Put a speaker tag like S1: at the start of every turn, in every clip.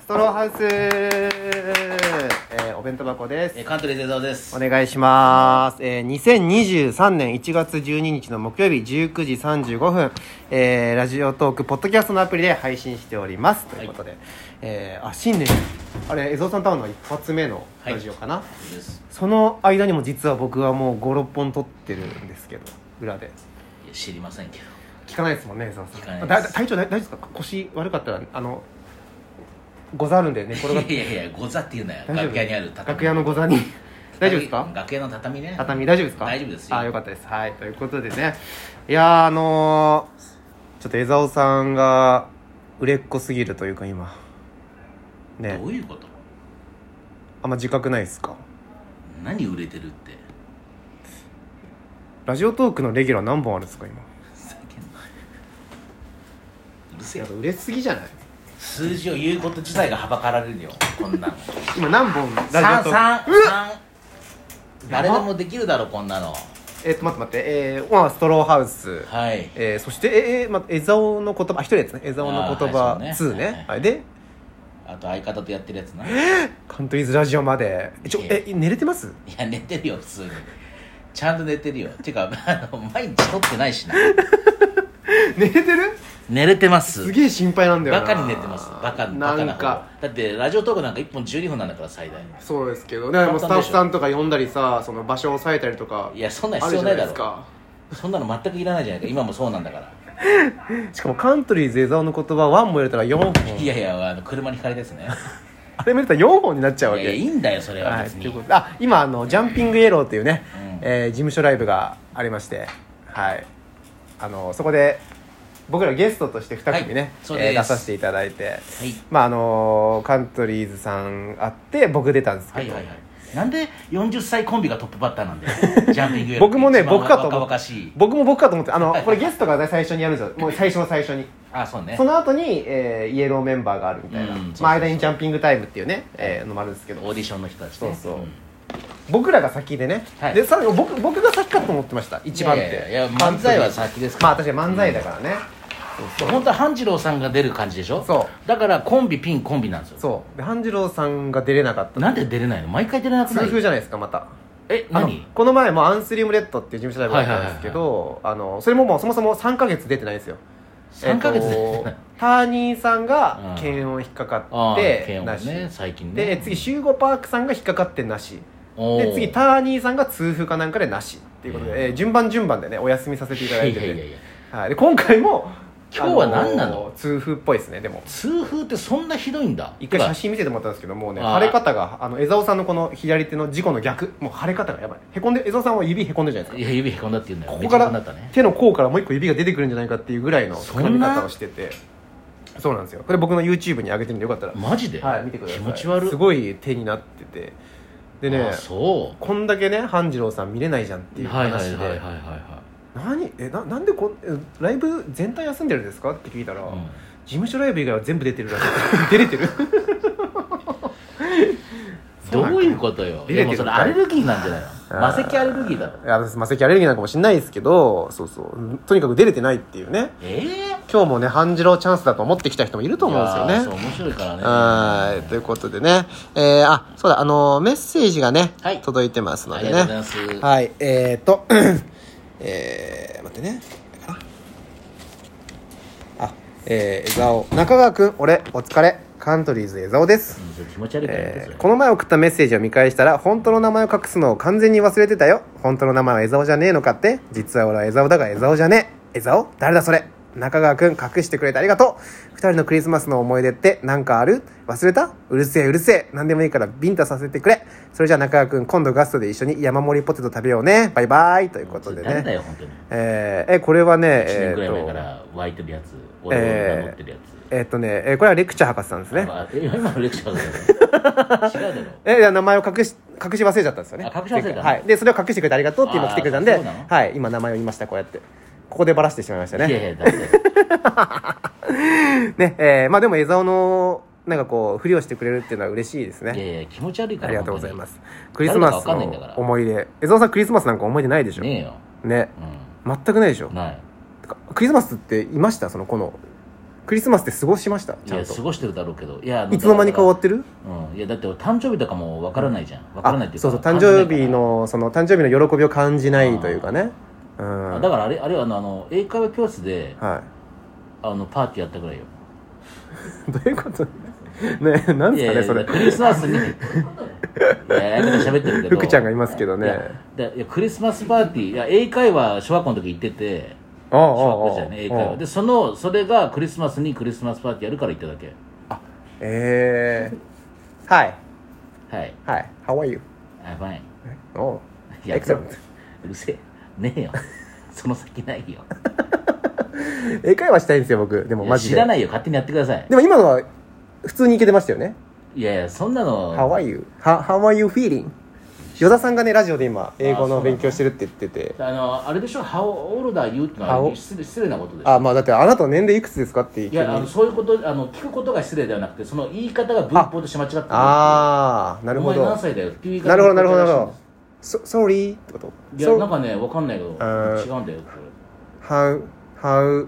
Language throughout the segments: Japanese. S1: ストローハウス、えーお弁当箱です
S2: えー、カントリーゼザです。
S1: お願いします。えー、2023年1月12日の木曜日19時35分、えー、ラジオトーク、ポッドキャストのアプリで配信しております。ということで、えーあ、新年、あれ、江蔵さんタウンの一発目のラジオかな、
S2: です
S1: その間にも実は僕はもう5、6本撮ってるんですけど、裏で。
S2: いや知りませんけど。
S1: 聞かないですもんね、江蔵さん。
S2: 聞かないです
S1: だだ体調大大丈夫ですか腰悪かったら、あの、ござるんで寝転がっ
S2: い
S1: て。
S2: やいやいや、ござっていうのは
S1: 大丈夫
S2: 楽屋にある畳。
S1: 楽屋のござ に。大丈夫ですか
S2: 楽屋の畳ね。
S1: 畳大丈夫ですか
S2: 大丈夫ですよ
S1: あよかったですはいということでねいやーあのー、ちょっと江澤さんが売れっ子すぎるというか今ね
S2: どういうこと
S1: あんま自覚ないですか
S2: 何売れてるって。
S1: ラジオトークのレギュラー何本あるんですか今
S2: ふざけんなうるせ
S1: や
S2: え
S1: っ。ぱ売れすぎじゃない
S2: 数字を言うこと自体がはばかられるよ、こんなの。
S1: 今何本 ラ
S2: 三
S1: ジオトー
S2: 三
S1: ク
S2: 三。
S1: やば
S2: 誰でもできるだろ、こんなの。
S1: えっ、と待って待ってえー、まあストローハウス、
S2: はい。
S1: えー、そしてえーえーまあ、江澤の言葉あ一人ですね江澤の言葉
S2: あーはいそう
S1: 2
S2: ね
S1: ね
S2: はい
S1: あれで
S2: あと相方とやってるやつな。い
S1: カントリーズラジオまでえちょえ寝れてます
S2: や、寝てるよ、普通に。ちゃんと寝てるよ。てか、あの、毎日撮ってないしな。
S1: 寝れてる
S2: 寝れてます。
S1: すげえ心配なんだよな
S2: バカに寝てますバカバカ
S1: な
S2: なん方
S1: か
S2: だってラジオトークなんか1本12分なんだから最大
S1: そうですけどでもスタッフさんとか呼んだりさその場所を押さえたりとか
S2: いやそんなん
S1: あ
S2: 必
S1: るじゃな
S2: 要な
S1: いいで
S2: だ
S1: す
S2: ろ
S1: か
S2: そんなの全くいらないじゃないか今もそうなんだから
S1: しかもカントリーズ江沢の言葉1も入れたら4本
S2: いやいやあの車にひかれです ね
S1: あれも入れたら4本になっちゃうわ
S2: い
S1: け
S2: やいいんだよそれは
S1: はい
S2: 別
S1: と
S2: に、
S1: いうことであ今あのジャンピングイエローっていうね、
S2: うん
S1: えー事務所ライブがありましてはいあのそこで僕らゲストとして2組ね、
S2: はいそう
S1: え
S2: です
S1: ー出させていただいて
S2: はい
S1: まああのカントリーズさんあって僕出たんです
S2: は
S1: け
S2: い
S1: ど、
S2: はいはいなんで40歳コンビがトップバッターなん だよジャンピングより
S1: 僕もね
S2: 一番
S1: 僕かと
S2: 若
S1: 思
S2: 々しい
S1: 僕も僕かと思ってあのこれゲストがね最初にやる んですよもう最初の最初に
S2: あそうね
S1: その後に、えーイエローメンバーがあるみたいな、
S2: うんそうそうそう
S1: まあ、間にジャンピングタイムっていうね、えーのもあるんですけ
S2: オ
S1: ど
S2: ーディションの人たちね
S1: そうそうん僕らが先でね、
S2: はい
S1: でさらに僕僕が先かと思ってました一番っ
S2: い
S1: て
S2: やいやいや漫才は先です
S1: まあ
S2: か
S1: 私は漫才だからね、
S2: ら本当は半次郎さんが出る感じでしょ
S1: そ
S2: だからコンビピンコンビなんですよ
S1: そうで半次郎さんが出れなかった
S2: なんで出れないの毎回出れなく
S1: 痛
S2: ない
S1: 風じゃないですかまた
S2: え
S1: あの
S2: 何
S1: この前もアンスリウムレッドっていう事務所ライブがあったんですけどあのそれももうそもそも3か月出てないんですよ
S2: 3ヶ月
S1: え
S2: で
S1: っとターニーさん
S2: うん
S1: が検温引っかか
S2: あ
S1: っ
S2: あ
S1: て、
S2: 検
S1: なし
S2: 温ね最近ね
S1: で次集合パークさんが引っかかってなし
S2: おー
S1: で次ターニーさんが痛風かなんかでなしっていうこと
S2: うん
S1: で、えー順番順番でねお休みさせていただいて
S2: いやいや
S1: て
S2: いや
S1: はい、で今回も
S2: 今日は何な
S1: あ
S2: の
S1: ー痛風っぽいですねでも
S2: 痛風ってそんなひどいんだ
S1: 一回写真見せてもらったんですけどもうね
S2: あー
S1: 腫れ方があの江澤さんのこの左手の事故の逆もう腫れ方がやばいへこんで江澤さんは指へこんでるじゃない
S2: い
S1: ですか
S2: や指へこんだって言うんだよ
S1: ここか
S2: めっちゃへんだ
S1: ら
S2: ったね
S1: 手の甲からもう一個指が出てくるんじゃないかっていうぐらいの
S2: そんな
S1: 膨らみ方をしててそうなんですよこれ僕の YouTube に上げてるんでよかったら
S2: マジで、
S1: はい見てください
S2: 気持ち悪
S1: す
S2: い
S1: ごい手になっててでね
S2: あそ
S1: こんだけね半次郎さん見れないじゃんって
S2: う
S1: いう
S2: はいはい
S1: 話
S2: は
S1: で、
S2: いはいはいは
S1: 何えななんでこんえライブ全体休んでるんですかって聞いたら、
S2: い、うん
S1: 事務所ライブ以外は全部出てる らしい出れてるそうなんか
S2: どういうことよ
S1: 出れ
S2: で
S1: て
S2: も
S1: る
S2: それアレルギーなんじゃないの
S1: あー
S2: 魔石アレルギーだろ
S1: いや私魔石アレルギーなのかもしれないですけどそうそううんとにかく出れてないっていうね
S2: ええ
S1: 今日もね半次郎チャンスだと思ってきた人もいると思うんですよ
S2: い
S1: ね
S2: やーそう面白いからね
S1: はい、ということでね、えー、あ、そうだ、あのーメッセージがね、
S2: はい
S1: 届いてますの
S2: あ
S1: で
S2: りがとうござ
S1: ね
S2: いま。す、
S1: はい、えーと、 えー、待ってね。あ、えー、江沢、中川くん、俺、お疲れ。カントリーズ江沢です。
S2: うんそれ気持ち悪いからやめて
S1: え
S2: そ
S1: ー
S2: れ
S1: この前送ったメッセージを見返したら本当の名前を隠すのを完全に忘れてたよ本当の名前は江沢じゃねえのかって実は俺は江沢だが江沢じゃねえ江沢誰だそれ中川くん隠してくれてありがとう二人のクリスマスの思い出って何かある忘れたうるせえうるせえ何でもいいからビンタさせてくれそれじゃあ中川くん今度ガストで一緒に山盛りポテト食べようねバイバイということで
S2: 誰だ
S1: ね
S2: よ本当に
S1: えーえこれはね
S2: 1年
S1: え
S2: ぐらい
S1: ー
S2: 前か
S1: っと
S2: ら湧いてるやつ俺を名乗ってるやつ、
S1: えーっとねえーこれはレクチャー博士さんですね
S2: まあ、今のレクチャー だよ違うだろ
S1: えいや名前を隠し隠し忘れちゃったんですよね
S2: あ隠し忘れたの
S1: はいでそれを隠してくれてありがとうって今来てくれたん
S2: あー
S1: で
S2: そうなの
S1: はい今名前を言いましたこうやってここでバラしてしまいました
S2: い
S1: ね
S2: やいやだって
S1: ねえーまあでも江沢のなんかこうふりをしてくれるっていうのは嬉しいです
S2: い
S1: ね
S2: やいや気持ち悪い
S1: あ
S2: から
S1: りがとうございますすクリスマ
S2: 誰だ
S1: ス
S2: かわかんないんだから
S1: の思い出江沢さんクリスマスなんか思い出ないでしょ
S2: ねえよ、
S1: ね
S2: う
S1: 全くないでしょ
S2: ん、ない
S1: てかクリスマスっていましたそのこのクリスマスって過ごしました
S2: い
S1: ちゃん
S2: や
S1: と
S2: 過ごしてるだろうけどいや
S1: いつの間にか終わ
S2: っ
S1: ってる
S2: うんいやだって俺誕生日とかもわからないじゃんわからないっていう
S1: そ
S2: か
S1: うそう誕生日のその誕生日の喜びを感じないというかねう
S2: あ
S1: ん
S2: だからあれあれはあのあの英会話教室で
S1: は
S2: あのパーティーやったぐらいよ
S1: い どういうことねえ何
S2: い
S1: ですか
S2: やい
S1: ね
S2: や
S1: それ
S2: クリスマス にいややめて喋ってるけど
S1: 福ちゃんがいますけどね
S2: いやいやクリスマスパーティーいや英会話小学校の時行ってて
S1: あああ
S2: 小学校じゃね英会
S1: ああ
S2: 話でそのそれがクリスマスにクリスマスパーティーやるから行っただけ
S1: ええはい
S2: はい
S1: はい How are you?
S2: あファイン
S1: Oh
S2: いや
S1: excellent
S2: うるせえねえよ その先ないよ
S1: 英会話したいんですよ僕でも
S2: い
S1: マ
S2: や
S1: ジ
S2: 知
S1: で
S2: らないよ勝手にやってください
S1: でも今のは普通にいけてましたよね
S2: いやいやそんな
S1: How
S2: の
S1: are you? How, how are you feeling? 与田さんがねラジオで今英語の勉強してるって言ってて
S2: あのあれでしょ「How old are you?」っての
S1: ハ
S2: は
S1: オ
S2: 失礼失礼なことでしょ
S1: あまあだってあなた年齢いくつですかって聞
S2: いやあの
S1: に
S2: そういうことあの聞くことが失礼ではなくてその言い方が文法としまっちゃって
S1: ああなるほ
S2: お前
S1: ど
S2: 何歳だよっていう言い方
S1: なるほどなるほどなる
S2: が
S1: ほ
S2: 正しいん
S1: どそ sorry ってこと
S2: ですいや
S1: so
S2: なんかねわかんないけど違うん
S1: ー
S2: だよこ
S1: how how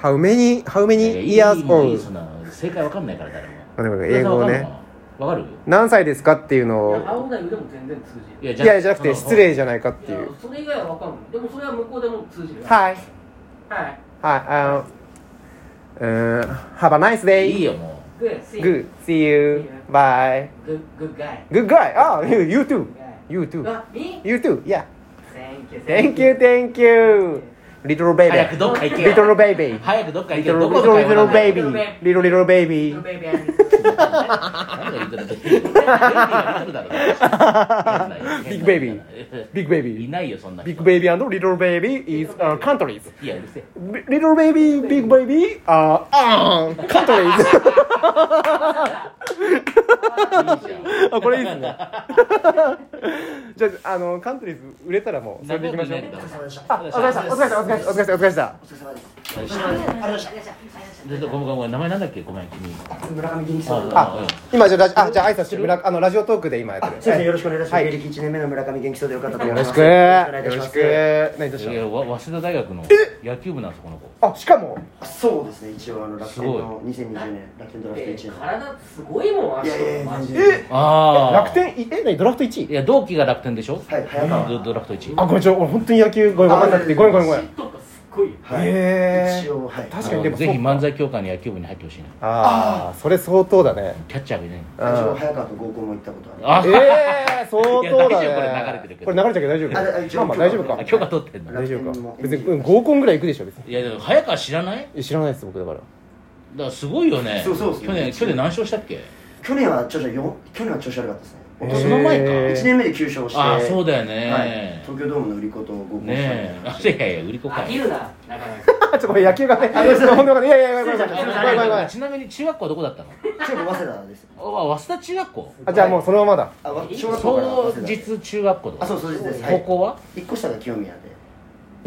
S1: how many how
S2: れ
S1: many
S2: いやいい
S1: years
S2: もういい
S1: old
S2: そんな正解わかんないから誰も
S1: あでも英語をね
S2: わかる
S1: 何歳ですかっていうの
S3: い
S1: を
S3: や青だよでも全然通じる
S2: いや
S1: いやじゃなくて
S2: その
S1: 失礼じゃないかって
S3: い
S1: い
S3: や
S1: う
S3: それ以外は分かるのでもそれは向こうでも通じるい
S1: はい
S3: は
S1: は
S3: い
S1: いあのうーん Have a nice
S2: い
S1: day
S2: いよも
S3: Good See
S1: Good see you bye
S3: Good Good guy
S1: Good guy あ you you too
S3: Good guy
S1: you too
S3: あ Me
S1: you too yeah
S3: Thank you
S1: thank you thank you little
S2: う早く
S1: baby
S2: どっか行け
S1: little baby
S2: 早くどっか行け
S1: little
S2: ど
S1: little
S2: この会話
S1: little
S2: なんだ
S1: baby
S2: よ
S1: little little baby
S3: Little baby I
S2: 何が言ってるんだよベイビーが言ってるだろう
S1: Big baby big
S2: い
S1: baby
S2: ないよそんな人
S1: big baby and little baby is uh, countries
S2: いやうるせえ
S1: little baby big baby uh, uh countries
S2: いいじゃん
S1: あこれいいですね じゃああのカントリーズ売れたらもうそれでいきましょう
S2: 仲良くいないんだ
S4: ました。
S1: あお疲れ様お疲れ様お疲れ様お疲れ様お疲れ様でした
S4: お疲れ様です。
S2: よし
S4: ありがとうございまし
S2: ちょっとごめんごめんごめん名前なんだっけごめん君
S4: た。村上銀次さんと。
S2: あ
S1: あ今じゃあラジあじゃあ挨拶してラあのラジオトークで今やって
S4: あ
S1: る
S4: すいませんよろしくお願いいたします。
S1: はい
S4: 芸歴一年目の村上元気そうでよかったと思
S1: よろ
S4: い
S1: し
S4: ます。
S1: くよ
S4: よ
S1: ろ
S4: ろ
S1: し
S4: し
S1: く
S4: く。
S1: 何どうし
S2: いやわ早稲田大学の野球部なんですこの子
S1: たあしかも
S4: そうですね一応あの楽
S2: す
S4: 天
S2: ごい
S4: の2020年楽天ドラフト
S3: で
S4: 一年。
S3: 体すごいもん
S4: いやいやいや
S3: マジ
S4: 全
S3: で
S4: 然。
S2: ああ
S1: 楽天いえ何ドラフト1
S2: い
S1: 位
S2: や同期が楽天でしょ
S4: はい早川
S2: ドドラフト1
S1: あごめんちょ俺本当に野球ごめん分かんなくてごめんごめんごめ
S3: シ
S1: ん
S3: ットがすっごいよ
S4: はい
S1: へー
S4: 一応はい。
S1: 確かにでも
S2: ぜひ
S1: そうか
S2: 漫才協会の野球部に入ってほしいな
S1: ああそれ相当だね
S2: キャッチャーがいないの
S1: うん
S4: 一応早川と合コンも行ったことある。
S2: あ
S1: ええ相当だ
S2: いや
S1: ね
S2: 大丈夫これ流れてるけど
S1: これ流れてるけど
S4: あ
S1: 大
S4: 大
S1: 丈夫
S4: 丈夫
S1: まあまあ大丈夫か
S4: あ
S2: 許可取ってんの
S1: 大丈夫
S4: 楽天
S1: か
S4: も
S1: 別にうん合コンぐらい行くでしょ別に
S2: いやでも早川知らない
S1: え知らないです僕だから
S2: だからすごいよね
S4: そうそうそう
S2: 去年去年何勝したっけ
S4: 去年はちょっとよ去年は調子悪かったですね。
S2: えその前か
S1: へー
S4: 一年目で9勝して。
S2: ああそうだよ
S4: はい
S2: ね
S4: 東京ドームの売り子と合コンしたん
S2: ねえあ
S4: で
S2: いやいや売り子か
S3: 飽き
S2: い
S3: るななかなか
S1: あちょっとこれ野球がね、あの人の本能がね、いやいやいや、ごめんなさい、ごめんごめんごめんごめん。
S2: ちなみに中学校はどこだったの
S4: 中部早稲田です。
S2: あ早稲田中学校
S1: あ、じゃあもうそのままだ。
S4: あわ小学校から
S2: 総
S4: 早稲田です
S2: 実中学校とか
S4: あそうそうですはい
S2: 高校は
S4: 一個下が清宮で。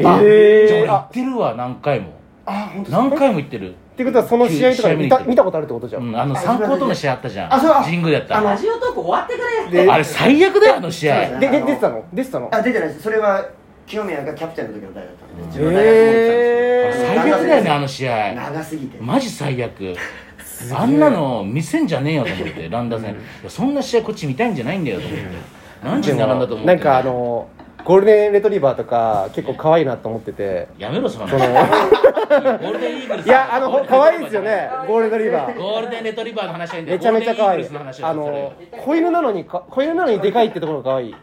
S2: あじゃあ俺
S1: え
S2: 行
S1: あ
S2: っ、てるわ何回も
S4: あ本当ですか
S2: 何回も行って
S1: っ
S2: る
S1: ていうことはその試合とか見た見たことあるってことじゃ。
S2: うんんあの三高との試合あったじゃん
S4: あそう
S2: 神宮やった
S4: あの
S2: あ
S3: ラジオトーク終わってからや
S1: で
S2: れ最悪だよあの試合
S1: で、で、出てたの出てたの
S4: あ出てないですそれは清宮がキャプテンの時の代だったんで自分の代だと思ってたん
S1: え
S4: ー
S2: 最悪だよねあの試合
S4: 長すぎて
S2: マジ最悪あんなの見せんじゃねえよと思ってランダー戦いやそんな試合こっち見たいんじゃないんだよと思って何時に並んだと思って
S1: なんかあの、ゴールデンレトリバーとか結構可愛いなと思ってて。
S2: やめろその
S1: そ
S2: 話
S1: の、い
S2: ゴールデンイーグルス
S1: や、あの、ほ可愛いですよね、ゴールデンレトリバー。
S2: ゴールデンレトリバーの話はいいんだよ
S1: めちゃめちゃ可愛
S2: ゴ
S1: い
S2: ールデンイーグルスの話。は
S1: あ
S2: それよ
S1: の、子犬なのにか、子犬なのにでかいってところが可愛い。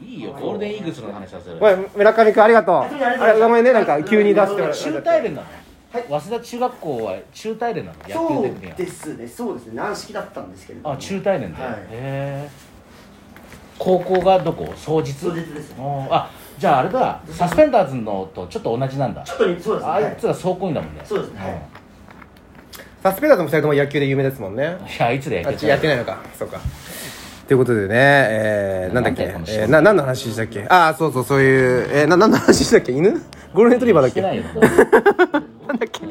S2: いいよゴールデンイーグルスの話はする
S1: ごめん、村上くんありがとう。
S4: ありがとうございます
S1: あれ、ごめんね、なんか急に出してもらっ
S2: 中
S1: て。
S2: 大連なの早稲田中学校は中大連なの
S4: そ
S2: 野球
S4: う
S2: 的には
S4: ですねそうですね軟式だったんですけれども
S2: あ中大連で、
S4: はい
S2: へえ高校がどこ双日
S4: そうですね
S2: おーあじゃああれだサスペンダーズのとちょっと同じなんだ
S4: ちょっとにそうですね
S2: あ
S4: はい
S2: いつら走行員だもんね
S4: そうですねはい
S1: サスペンダーズも二人とも野球で有名ですもんね。
S2: うんいやあいつらや
S1: あ
S2: っ
S1: ってち
S2: た
S1: やってないのかそうかということでね、えー、なんだっけ、
S2: なんだよこの人
S1: えー、な何の話でしたっけああそうそうそういう、えー、な何の話でしたっけ犬ゴールデンレトリバーだっ
S2: して
S1: け
S2: な
S1: ない
S2: よ
S1: んだっけ
S2: う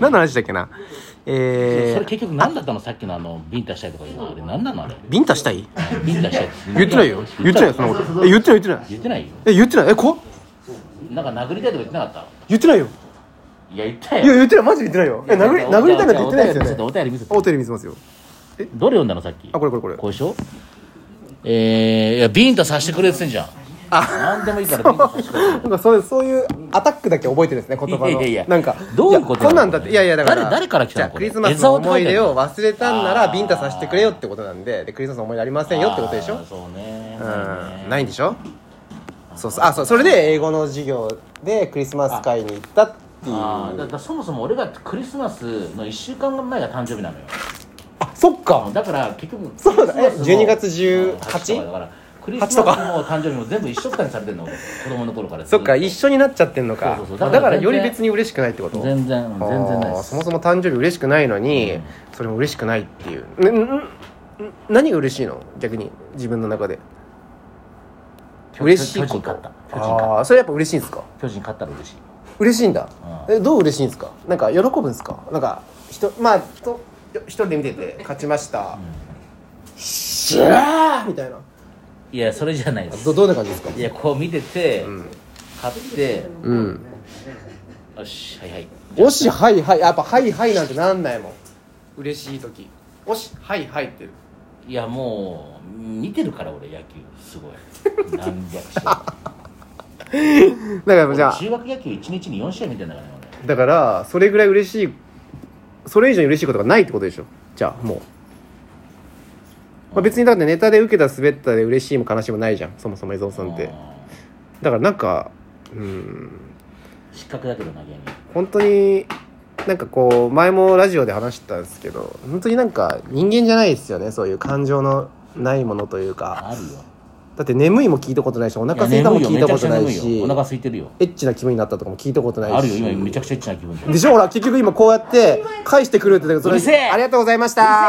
S1: 何の話だっけなえ
S2: そ
S1: ー、
S2: れ結局何だったのさっきのあのビンタしたいとか言うのあれ何なのあれ
S1: ビンタしたい
S2: ビンタしたい
S1: 言ってないよ言ってないよそんなことえ言ってない言ってない
S2: 言ってないよ
S1: え言ってないえこ
S2: なんか殴りたいとか言ってなかった
S1: 言ってないよ
S2: いや言った
S1: いや
S2: よ
S1: 言ってないマジで言ってないよえ殴り殴りたいなんて言ってないですよね
S2: お便り見せてお
S1: お
S2: 便
S1: 手入れ
S2: り見せて
S1: 見せますよ
S2: どれ読んだのさっき
S1: あこれこれこれ
S2: これでしょえー、いやビンタさせてくれってんじゃんあ何でもいいからビンタさせてくれ
S1: なんかそういうそういうアタックだけ覚えてるんですね言葉の
S2: いやいやいや
S1: なんか
S2: どういうこと
S1: やこんなんだっていやいやだから
S2: 誰誰から来た
S1: じ
S2: の
S1: ゃあ
S2: こ
S1: ク
S2: れ
S1: リスマスの思い出
S2: 江
S1: を
S2: 沢
S1: 忘れたんなら
S2: あー
S1: ビンタさせてくれよってことなんででクリスマスの思い出ありませんよってことでしょ
S2: あーそうね
S1: うんないんでしょそうそうあそうそれで英語の授業でクリスマス会に行ったっていう
S2: あーだ
S1: あ
S2: からそもそも俺がクリスマスの1週間前が誕生日なのよ
S1: そっか
S2: だから結局
S1: そうだえ
S2: クリスマスも
S1: 12月18
S2: 8とかだからクリスマスも誕生日も全部一緒くたにされてんの俺子供の頃から
S1: そっか
S2: ず
S1: 一緒になっちゃってんのか
S2: そうそうそう
S1: だ
S2: だ
S1: か
S2: から
S1: ら
S2: 全
S1: よ
S2: 然
S1: り別に嬉しくないってこと
S2: と全然全然ない
S1: あ
S2: で
S1: ー
S2: す
S1: そもそも誕生日嬉しくないのに、
S2: うん
S1: それも嬉しくないっていう、ね、んんん何が嬉しいの逆に自分の中で嬉しいこと
S2: 巨人勝った巨人勝っ
S1: ああーそれやっぱ嬉しいんですか
S2: た巨人勝ったら嬉しい
S1: 嬉しいんだ、
S2: う
S1: えどう嬉しいんですかなんか喜ぶんですかなんか人まあとよ一人で見てて勝ちました、シューみたいない
S2: やそれじゃないです
S1: どどんな感じですか
S2: いやこう見てて
S1: ん
S2: 買って
S1: うん
S2: よしはいはい
S1: おしはいはいやっぱはいはいなんてなんないもん嬉しい時おしはいはいって
S2: いやもう見てるから俺野球すごい何百試合
S1: だから
S2: 俺
S1: じゃあ
S2: 中学野球1日に4試合見てんだからね俺
S1: だからそれぐらい嬉しいそれ以上に嬉しいことがないってことでしょじゃあもう、まあ、別にだってネタで受けた滑ったで嬉しいも悲しいもないじゃんそもそも江蔵さんって
S2: うん
S1: だからなんかうん
S2: 失格だけどな逆に
S1: 本当になんかこう前もラジオで話したんですけど本当になんか人間じゃないですよねそういう感情のないものというか
S2: あるよ
S1: だって眠いも聞いたことないしお
S2: お
S1: 腹すいたも聞いたことないし
S2: お腹空いてるよ
S1: エッチな気分になったとかも聞いたことないし
S2: あるよ今めちゃくちゃエッチな気分だよ
S1: でしょほら結局今こうやって返してくるってだからそれ
S2: うるせえ
S1: ありがとうございました